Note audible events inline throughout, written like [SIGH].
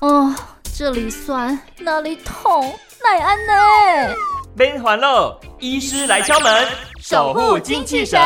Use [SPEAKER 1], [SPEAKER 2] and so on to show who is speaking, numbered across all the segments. [SPEAKER 1] 哦这里酸，那里痛，奈安呢？
[SPEAKER 2] 免烦恼，医师来敲门，守护精气神。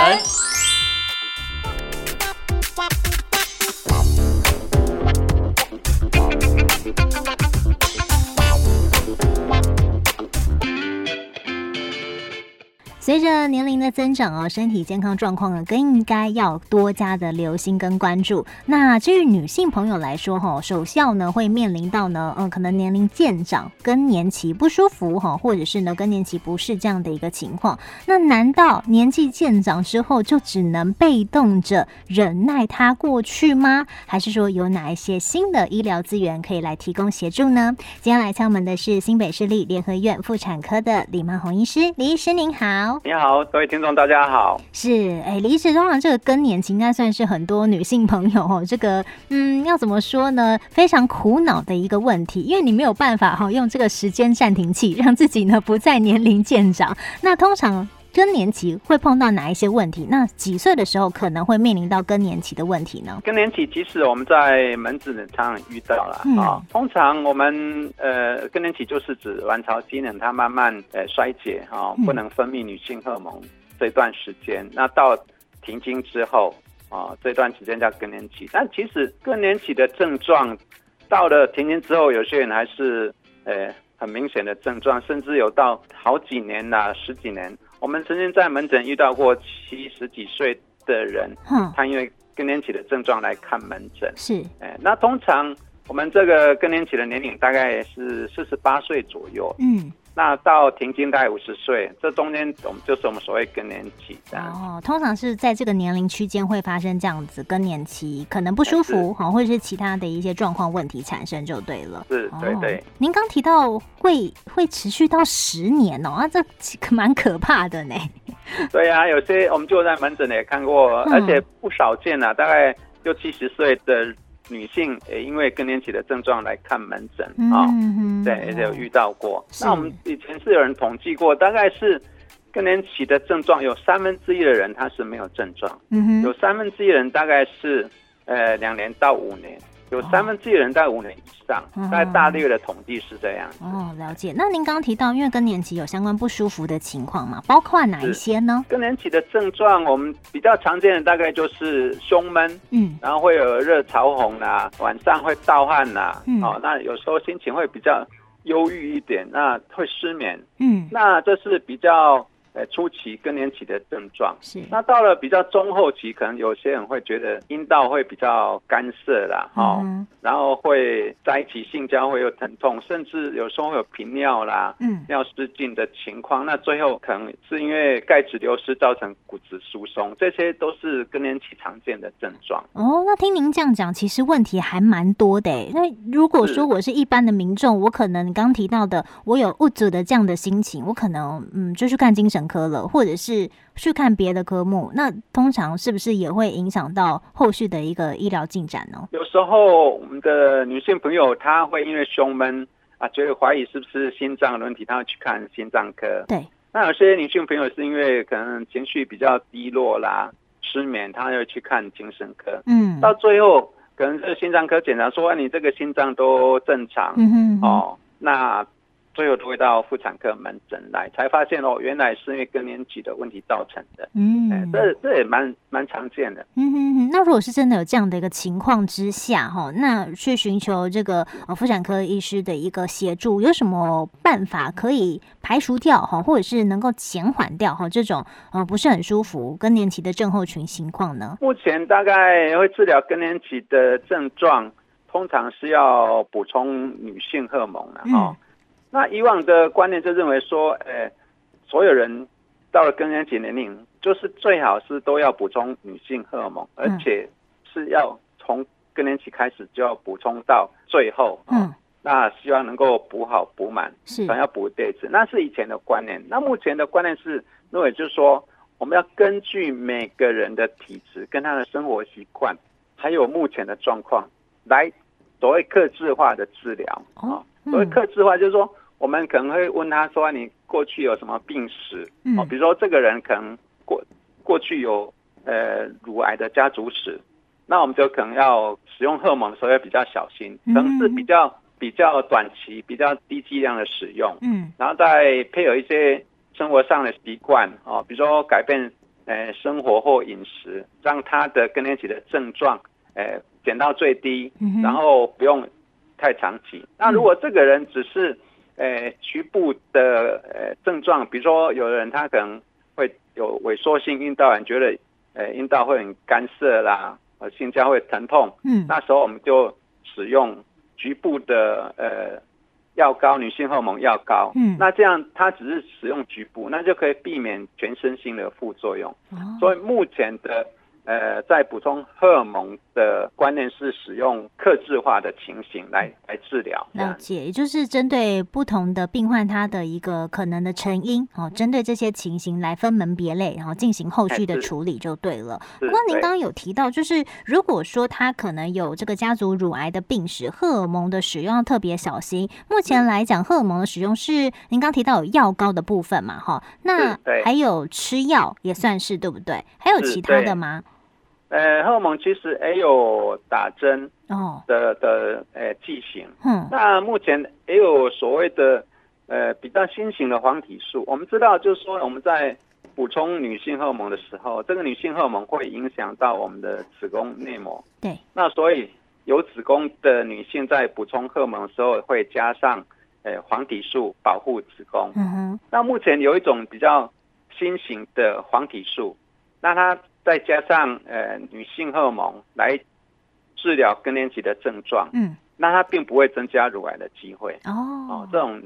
[SPEAKER 3] 随着年龄的增长哦，身体健康状况呢，更应该要多加的留心跟关注。那至于女性朋友来说哈、首孝呢会面临到呢，嗯、可能年龄渐长、更年期不舒服哈、或者是呢更年期不适这样的一个情况。那难道年纪渐长之后就只能被动着忍耐它过去吗？还是说有哪一些新的医疗资源可以来提供协助呢？今天来敲门的是新北市立联合医院妇产科的李曼红医师，李医师您好。
[SPEAKER 4] 你好，各位听众，大家好。
[SPEAKER 3] 是，哎，李医师，当然这个更年期应该算是很多女性朋友哦，这 [LAUGHS] 个嗯，要怎么说呢？非常苦恼的一个问题，因为你没有办法哈、用这个时间暂停器 [LAUGHS] 让自己呢不再年龄渐长。那通常更年期会碰到哪一些问题？那几岁的时候可能会面临到更年期的问题呢？
[SPEAKER 4] 更年期其实我们在门诊常常遇到了啊、
[SPEAKER 3] 嗯
[SPEAKER 4] 通常我们呃更年期就是指卵巢机能它慢慢呃衰竭啊、
[SPEAKER 3] 嗯
[SPEAKER 4] 不能分泌女性荷尔蒙这段时间，那到停经之后啊、这段时间叫更年期。但其实更年期的症状到了停经之后，有些人还是呃很明显的症状，甚至有到好几年啦、十几年。我们曾经在门诊遇到过七十几岁的人，
[SPEAKER 3] 哼，
[SPEAKER 4] 他因为更年期的症状来看门诊。
[SPEAKER 3] 是，
[SPEAKER 4] 哎，那通常我们这个更年期的年龄大概是四十八岁左右，
[SPEAKER 3] 嗯，
[SPEAKER 4] 那到停经大概五十岁，这中间我们就是我们所谓更年期这样。
[SPEAKER 3] 哦，通常是在这个年龄区间会发生这样子更年期，可能不舒服，哦好，或者是其他的一些状况问题产生就对了。
[SPEAKER 4] 是对
[SPEAKER 3] 哦
[SPEAKER 4] 对，
[SPEAKER 3] 您刚提到会会持续到十年哦，啊，这其可蛮可怕的呢。
[SPEAKER 4] 对啊，有些我们就在门诊也看过，
[SPEAKER 3] 嗯
[SPEAKER 4] 而且不少见啊，大概六七十岁的女性也因为更年期的症状来看门诊啊。
[SPEAKER 3] 嗯哼
[SPEAKER 4] 对，也有遇到过。
[SPEAKER 3] 是
[SPEAKER 4] 那我们以前是有人统计过，大概是更年期的症状有三分之一的人他是没有症状，
[SPEAKER 3] 嗯
[SPEAKER 4] 有
[SPEAKER 3] 哼，
[SPEAKER 4] 三分之一的人大概是呃两年到五年，有三分之一的人在五年以上，
[SPEAKER 3] 嗯
[SPEAKER 4] 大概大略的统计是这样子。
[SPEAKER 3] 哦，了解。那您刚刚提到，因为更年期有相关不舒服的情况嘛，包括哪一些呢？
[SPEAKER 4] 更年期的症状，我们比较常见的大概就是胸闷，
[SPEAKER 3] 嗯
[SPEAKER 4] 然后会有热潮红啦、晚上会盗汗啦、
[SPEAKER 3] 嗯
[SPEAKER 4] 哦，那有时候心情会比较忧郁一点，那会失眠，
[SPEAKER 3] 嗯，
[SPEAKER 4] 那这是比较呃初期更年期的症状。
[SPEAKER 3] 是，嗯
[SPEAKER 4] 那到了比较中后期，可能有些人会觉得阴道会比较干涩啦，哦，
[SPEAKER 3] 嗯哼
[SPEAKER 4] 然后会在一起性交会有疼痛，甚至有时候会有频尿啦、
[SPEAKER 3] 嗯
[SPEAKER 4] 尿失禁的情况。那最后可能是因为钙质流失造成骨质疏松，这些都是更年期常见的症状。
[SPEAKER 3] 哦，那听您这样讲，其实问题还蛮多的诶。那如果
[SPEAKER 4] 是
[SPEAKER 3] 说我是一般的民众，我可能刚提到的，我有物质的这样的心情，我可能嗯就去看精神科了，或者是去看别的科目。那通常是不是也会影响到后续的一个医疗进展呢？
[SPEAKER 4] 有时候我们的女性朋友她会因为胸闷啊，觉得怀疑是不是心脏的问题，她会去看心脏科。
[SPEAKER 3] 对，
[SPEAKER 4] 那有些女性朋友是因为可能情绪比较低落啦、失眠，她要去看精神科。
[SPEAKER 3] 嗯，
[SPEAKER 4] 到最后，可能是心脏科检查说、啊、你这个心脏都正常、
[SPEAKER 3] 嗯哼嗯哼，
[SPEAKER 4] 哦，那最后都会到妇产科门诊来，才发现哦，原来是因为更年期的问题造成的。哎
[SPEAKER 3] 嗯，
[SPEAKER 4] 这这也蛮蛮常见的。
[SPEAKER 3] 嗯哼哼，那如果是真的有这样的一个情况之下，哈，那去寻求这个呃妇产科医师的一个协助，有什么办法可以排除掉哈，或者是能够减缓掉哈这种呃不是很舒服更年期的症候群情况呢？
[SPEAKER 4] 目前大概会治疗更年期的症状，通常是要补充女性荷尔蒙了
[SPEAKER 3] 嗯
[SPEAKER 4] 哈、哦那以往的观念就认为说，呃，所有人到了更年期年龄，就是最好是都要补充女性荷尔蒙，
[SPEAKER 3] 嗯
[SPEAKER 4] 而且是要从更年期开始就要补充到最后。哦
[SPEAKER 3] 嗯，
[SPEAKER 4] 那希望能够补好补满。
[SPEAKER 3] 是
[SPEAKER 4] 想要补这一次，那是以前的观念。那目前的观念是，那也就是说，我们要根据每个人的体质、跟他的生活习惯，还有目前的状况，来所谓克制化的治疗啊
[SPEAKER 3] 哦。嗯
[SPEAKER 4] 所谓克制化，就是说，我们可能会问他说，你过去有什么病史？
[SPEAKER 3] 嗯
[SPEAKER 4] 哦，比如说这个人可能过过去有呃乳癌的
[SPEAKER 3] 嗯
[SPEAKER 4] 家族史，那我们就可能要使用荷尔蒙的时候要比较小心，可能是比较比较短期、比较低剂量的使用，
[SPEAKER 3] 嗯
[SPEAKER 4] 然后再配合一些生活上的习惯哦，比如说改变呃生活或饮食，让他的更年期的症状呃减到最低，
[SPEAKER 3] 嗯哼嗯
[SPEAKER 4] 然后不用太长期。那如果这个人只是呃局部的呃症状，比如说有的人他可能会有萎缩性阴道炎，觉得呃阴道会很干涩啦，呃性交会疼痛，
[SPEAKER 3] 嗯
[SPEAKER 4] 那时候我们就使用局部的呃药膏，女性荷尔蒙药膏。
[SPEAKER 3] 嗯
[SPEAKER 4] 那这样它只是使用局部，那就可以避免全身性的副作用。
[SPEAKER 3] 哦
[SPEAKER 4] 所以目前的呃，在补充荷尔蒙的观念是使用克制化的情形来来治疗。这
[SPEAKER 3] 嗯了
[SPEAKER 4] 样
[SPEAKER 3] 解，也就是针对不同的病患他的一个可能的成因，哦，针对这些情形来分门别类，然后进行后
[SPEAKER 4] 哎
[SPEAKER 3] 续的
[SPEAKER 4] 是
[SPEAKER 3] 处理就对了。
[SPEAKER 4] 是
[SPEAKER 3] 不过您
[SPEAKER 4] 对
[SPEAKER 3] 刚刚有提到，就是如果说他可能有这个家族乳癌的病史，荷尔蒙的使用要特别小心。目
[SPEAKER 4] 嗯
[SPEAKER 3] 前来讲，荷尔蒙的使用是您刚提到有药膏的部分嘛，哈，那
[SPEAKER 4] 是对
[SPEAKER 3] 还有吃药也算是对不对？还有
[SPEAKER 4] 是
[SPEAKER 3] 其他的
[SPEAKER 4] 对
[SPEAKER 3] 吗？
[SPEAKER 4] 呃，荷尔蒙其实也有打针
[SPEAKER 3] 哦，
[SPEAKER 4] 的的呃剂型。
[SPEAKER 3] 哼，
[SPEAKER 4] 那目前也有所谓的呃比较新型的黄体素，我们知道就是说我们在补充女性荷尔蒙的时候，这个女性荷尔蒙会影响到我们的子宫内膜，
[SPEAKER 3] 对，
[SPEAKER 4] 那所以有子宫的女性在补充荷尔蒙的时候会加上呃黄体素保护子宫。
[SPEAKER 3] 嗯哼，
[SPEAKER 4] 那目前有一种比较新型的黄体素，那它再加上呃女性荷尔蒙来治疗更年期的症状。
[SPEAKER 3] 嗯，
[SPEAKER 4] 那它并不会增加乳癌的机会
[SPEAKER 3] 哦
[SPEAKER 4] 哦。，这种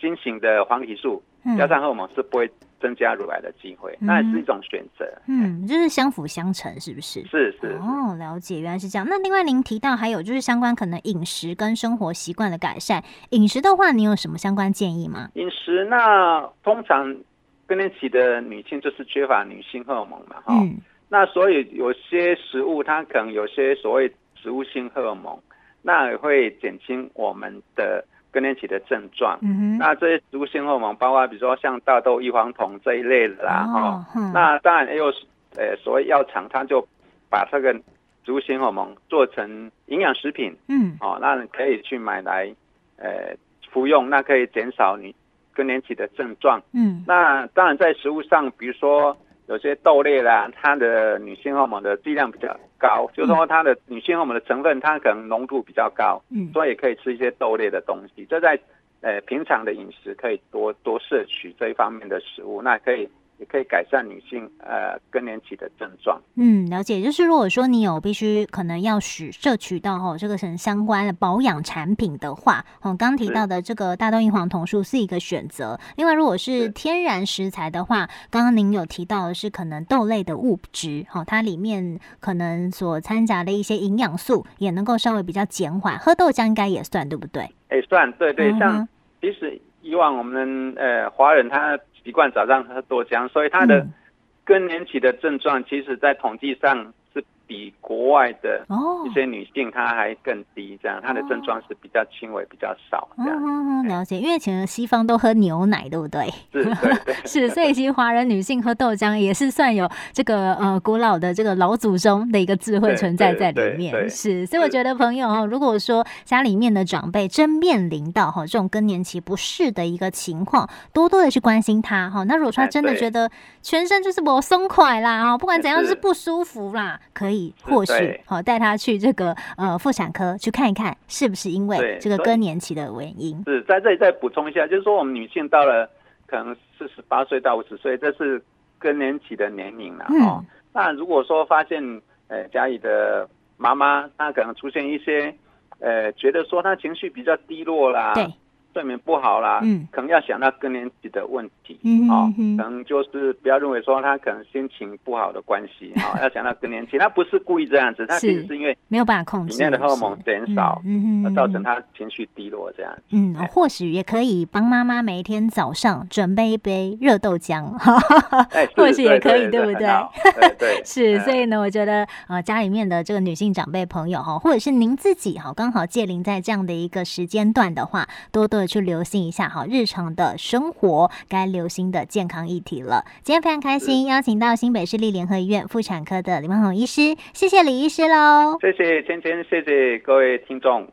[SPEAKER 4] 新型的黄体素
[SPEAKER 3] 嗯
[SPEAKER 4] 加上荷尔蒙是不会增加乳癌的机会，
[SPEAKER 3] 嗯
[SPEAKER 4] 那也是一种选择。
[SPEAKER 3] 嗯，就是相辅相成，是不是？
[SPEAKER 4] 是是，
[SPEAKER 3] 哦，了解，原来是这样。那另外您提到还有就是相关可能饮食跟生活习惯的改善，饮食的话，您有什么相关建议吗？
[SPEAKER 4] 饮食那通常更年期的女性就是缺乏女性荷尔蒙嘛，哈、
[SPEAKER 3] 嗯
[SPEAKER 4] 那所以有些食物它可能有些所谓植物性荷尔蒙，那也会减轻我们的更年期的症状。
[SPEAKER 3] 嗯哼，
[SPEAKER 4] 那这些植物性荷尔蒙，包括比如说像大豆异黄酮这一类的啦，哈、
[SPEAKER 3] 哦，哼
[SPEAKER 4] 那当然也有呃所谓药厂，它就把这个植物性荷尔蒙做成营养食品
[SPEAKER 3] 嗯
[SPEAKER 4] 哦，那你可以去买来呃服用，那可以减少你更年期的症状。
[SPEAKER 3] 嗯
[SPEAKER 4] 那当然在食物上，比如说有些豆类啦，它的女性荷尔蒙的剂量比较高，就是说它的女性荷尔蒙的成分它可能浓度比较高，
[SPEAKER 3] 嗯
[SPEAKER 4] 所以也可以吃一些豆类的东西。这在呃平常的饮食可以多多摄取这一方面的食物，那可以也可以改善女性呃更年期的症状。
[SPEAKER 3] 嗯，了解。就是如果说你有必须可能要使摄取到哦这个什么相关的保养产品的话，哦，刚提
[SPEAKER 4] 是
[SPEAKER 3] 到的这个大豆异黄酮素是一个选择。另外，如果是
[SPEAKER 4] 是
[SPEAKER 3] 天然食材的话，刚刚您有提到的是可能豆类的物质，哦，它里面可能所掺杂的一些营养素也能够稍微比较减缓。喝豆浆应该也算对不对？
[SPEAKER 4] 哎，算对对，
[SPEAKER 3] 嗯
[SPEAKER 4] 像
[SPEAKER 3] 哼
[SPEAKER 4] 其实以往我们呃华人他习惯早上喝豆浆，所以他的
[SPEAKER 3] 嗯
[SPEAKER 4] 更年期的症状，其实在统计上是比国外的
[SPEAKER 3] 哦
[SPEAKER 4] 一，些女性她还更低，这样她的症状是比较轻微、比较少这
[SPEAKER 3] 嗯
[SPEAKER 4] 样。
[SPEAKER 3] 嗯嗯，了解。因为其实西方都喝牛奶，对不对？
[SPEAKER 4] 是，对对 [LAUGHS]
[SPEAKER 3] 是，所以其实华人女性喝豆浆也是算有这个呃古老的这个老祖宗的一个智慧
[SPEAKER 4] 对
[SPEAKER 3] 存在
[SPEAKER 4] 对
[SPEAKER 3] 在里
[SPEAKER 4] 对
[SPEAKER 3] 面。
[SPEAKER 4] 对
[SPEAKER 3] 是，所以我觉得朋友哈，如果说家里面的长辈真面临到哈这种更年期不适的一个情况，多多的去关心他哈。那如果说
[SPEAKER 4] 哎
[SPEAKER 3] 他真的
[SPEAKER 4] 对
[SPEAKER 3] 觉得全身就是我松快啦哈，不管怎样就是
[SPEAKER 4] 是
[SPEAKER 3] 不舒服啦，可以
[SPEAKER 4] 是
[SPEAKER 3] 或许
[SPEAKER 4] 对
[SPEAKER 3] 好带他去这个呃妇产科去看一看，是不是因为
[SPEAKER 4] 对
[SPEAKER 3] 这个
[SPEAKER 4] 所以
[SPEAKER 3] 更年期的原因。
[SPEAKER 4] 是在这里再补充一下，就是说我们女性到了可能四十八岁到五十岁，这是更年期的年龄了、
[SPEAKER 3] 嗯
[SPEAKER 4] 哦。那如果说发现呃家里的妈妈她可能出现一些呃觉得说她情绪比较低落啦，
[SPEAKER 3] 对，
[SPEAKER 4] 睡眠不好啦，
[SPEAKER 3] 嗯
[SPEAKER 4] 可能要想到更年期的问题，
[SPEAKER 3] 嗯
[SPEAKER 4] 哦
[SPEAKER 3] 哼，哼
[SPEAKER 4] 可能就是不要认为说他可能心情不好的关系，哦，要想到更年期，他不是故意这样子，他
[SPEAKER 3] 是
[SPEAKER 4] 其实是因为
[SPEAKER 3] 没有办法控制
[SPEAKER 4] 体内的荷尔
[SPEAKER 3] 是
[SPEAKER 4] 蒙
[SPEAKER 3] 不是
[SPEAKER 4] 减少
[SPEAKER 3] 嗯嗯
[SPEAKER 4] 呃
[SPEAKER 3] 哼
[SPEAKER 4] 造成他情绪低落这样子。
[SPEAKER 3] 嗯，
[SPEAKER 4] 哎
[SPEAKER 3] 或许也可以帮妈妈每天早上准备一杯热豆浆， [LAUGHS] 哈哈哈。
[SPEAKER 4] 哎，是
[SPEAKER 3] 或许也可以
[SPEAKER 4] 对
[SPEAKER 3] 对不对
[SPEAKER 4] 很好对
[SPEAKER 3] [LAUGHS]
[SPEAKER 4] 对，
[SPEAKER 3] 是，
[SPEAKER 4] 嗯
[SPEAKER 3] 所以呢，我觉得呃，家里面的这个女性长辈朋友哈，或者是您自己哈，刚好借龄在这样的一个时间段的话，多多的去留心一下哈，日常的生活该留心的健康议题了。今天非常开心，邀请到新北市立联合医院妇产科的李曼红医师，谢谢李医师喽。
[SPEAKER 4] 谢谢芊芊，谢谢各位听众。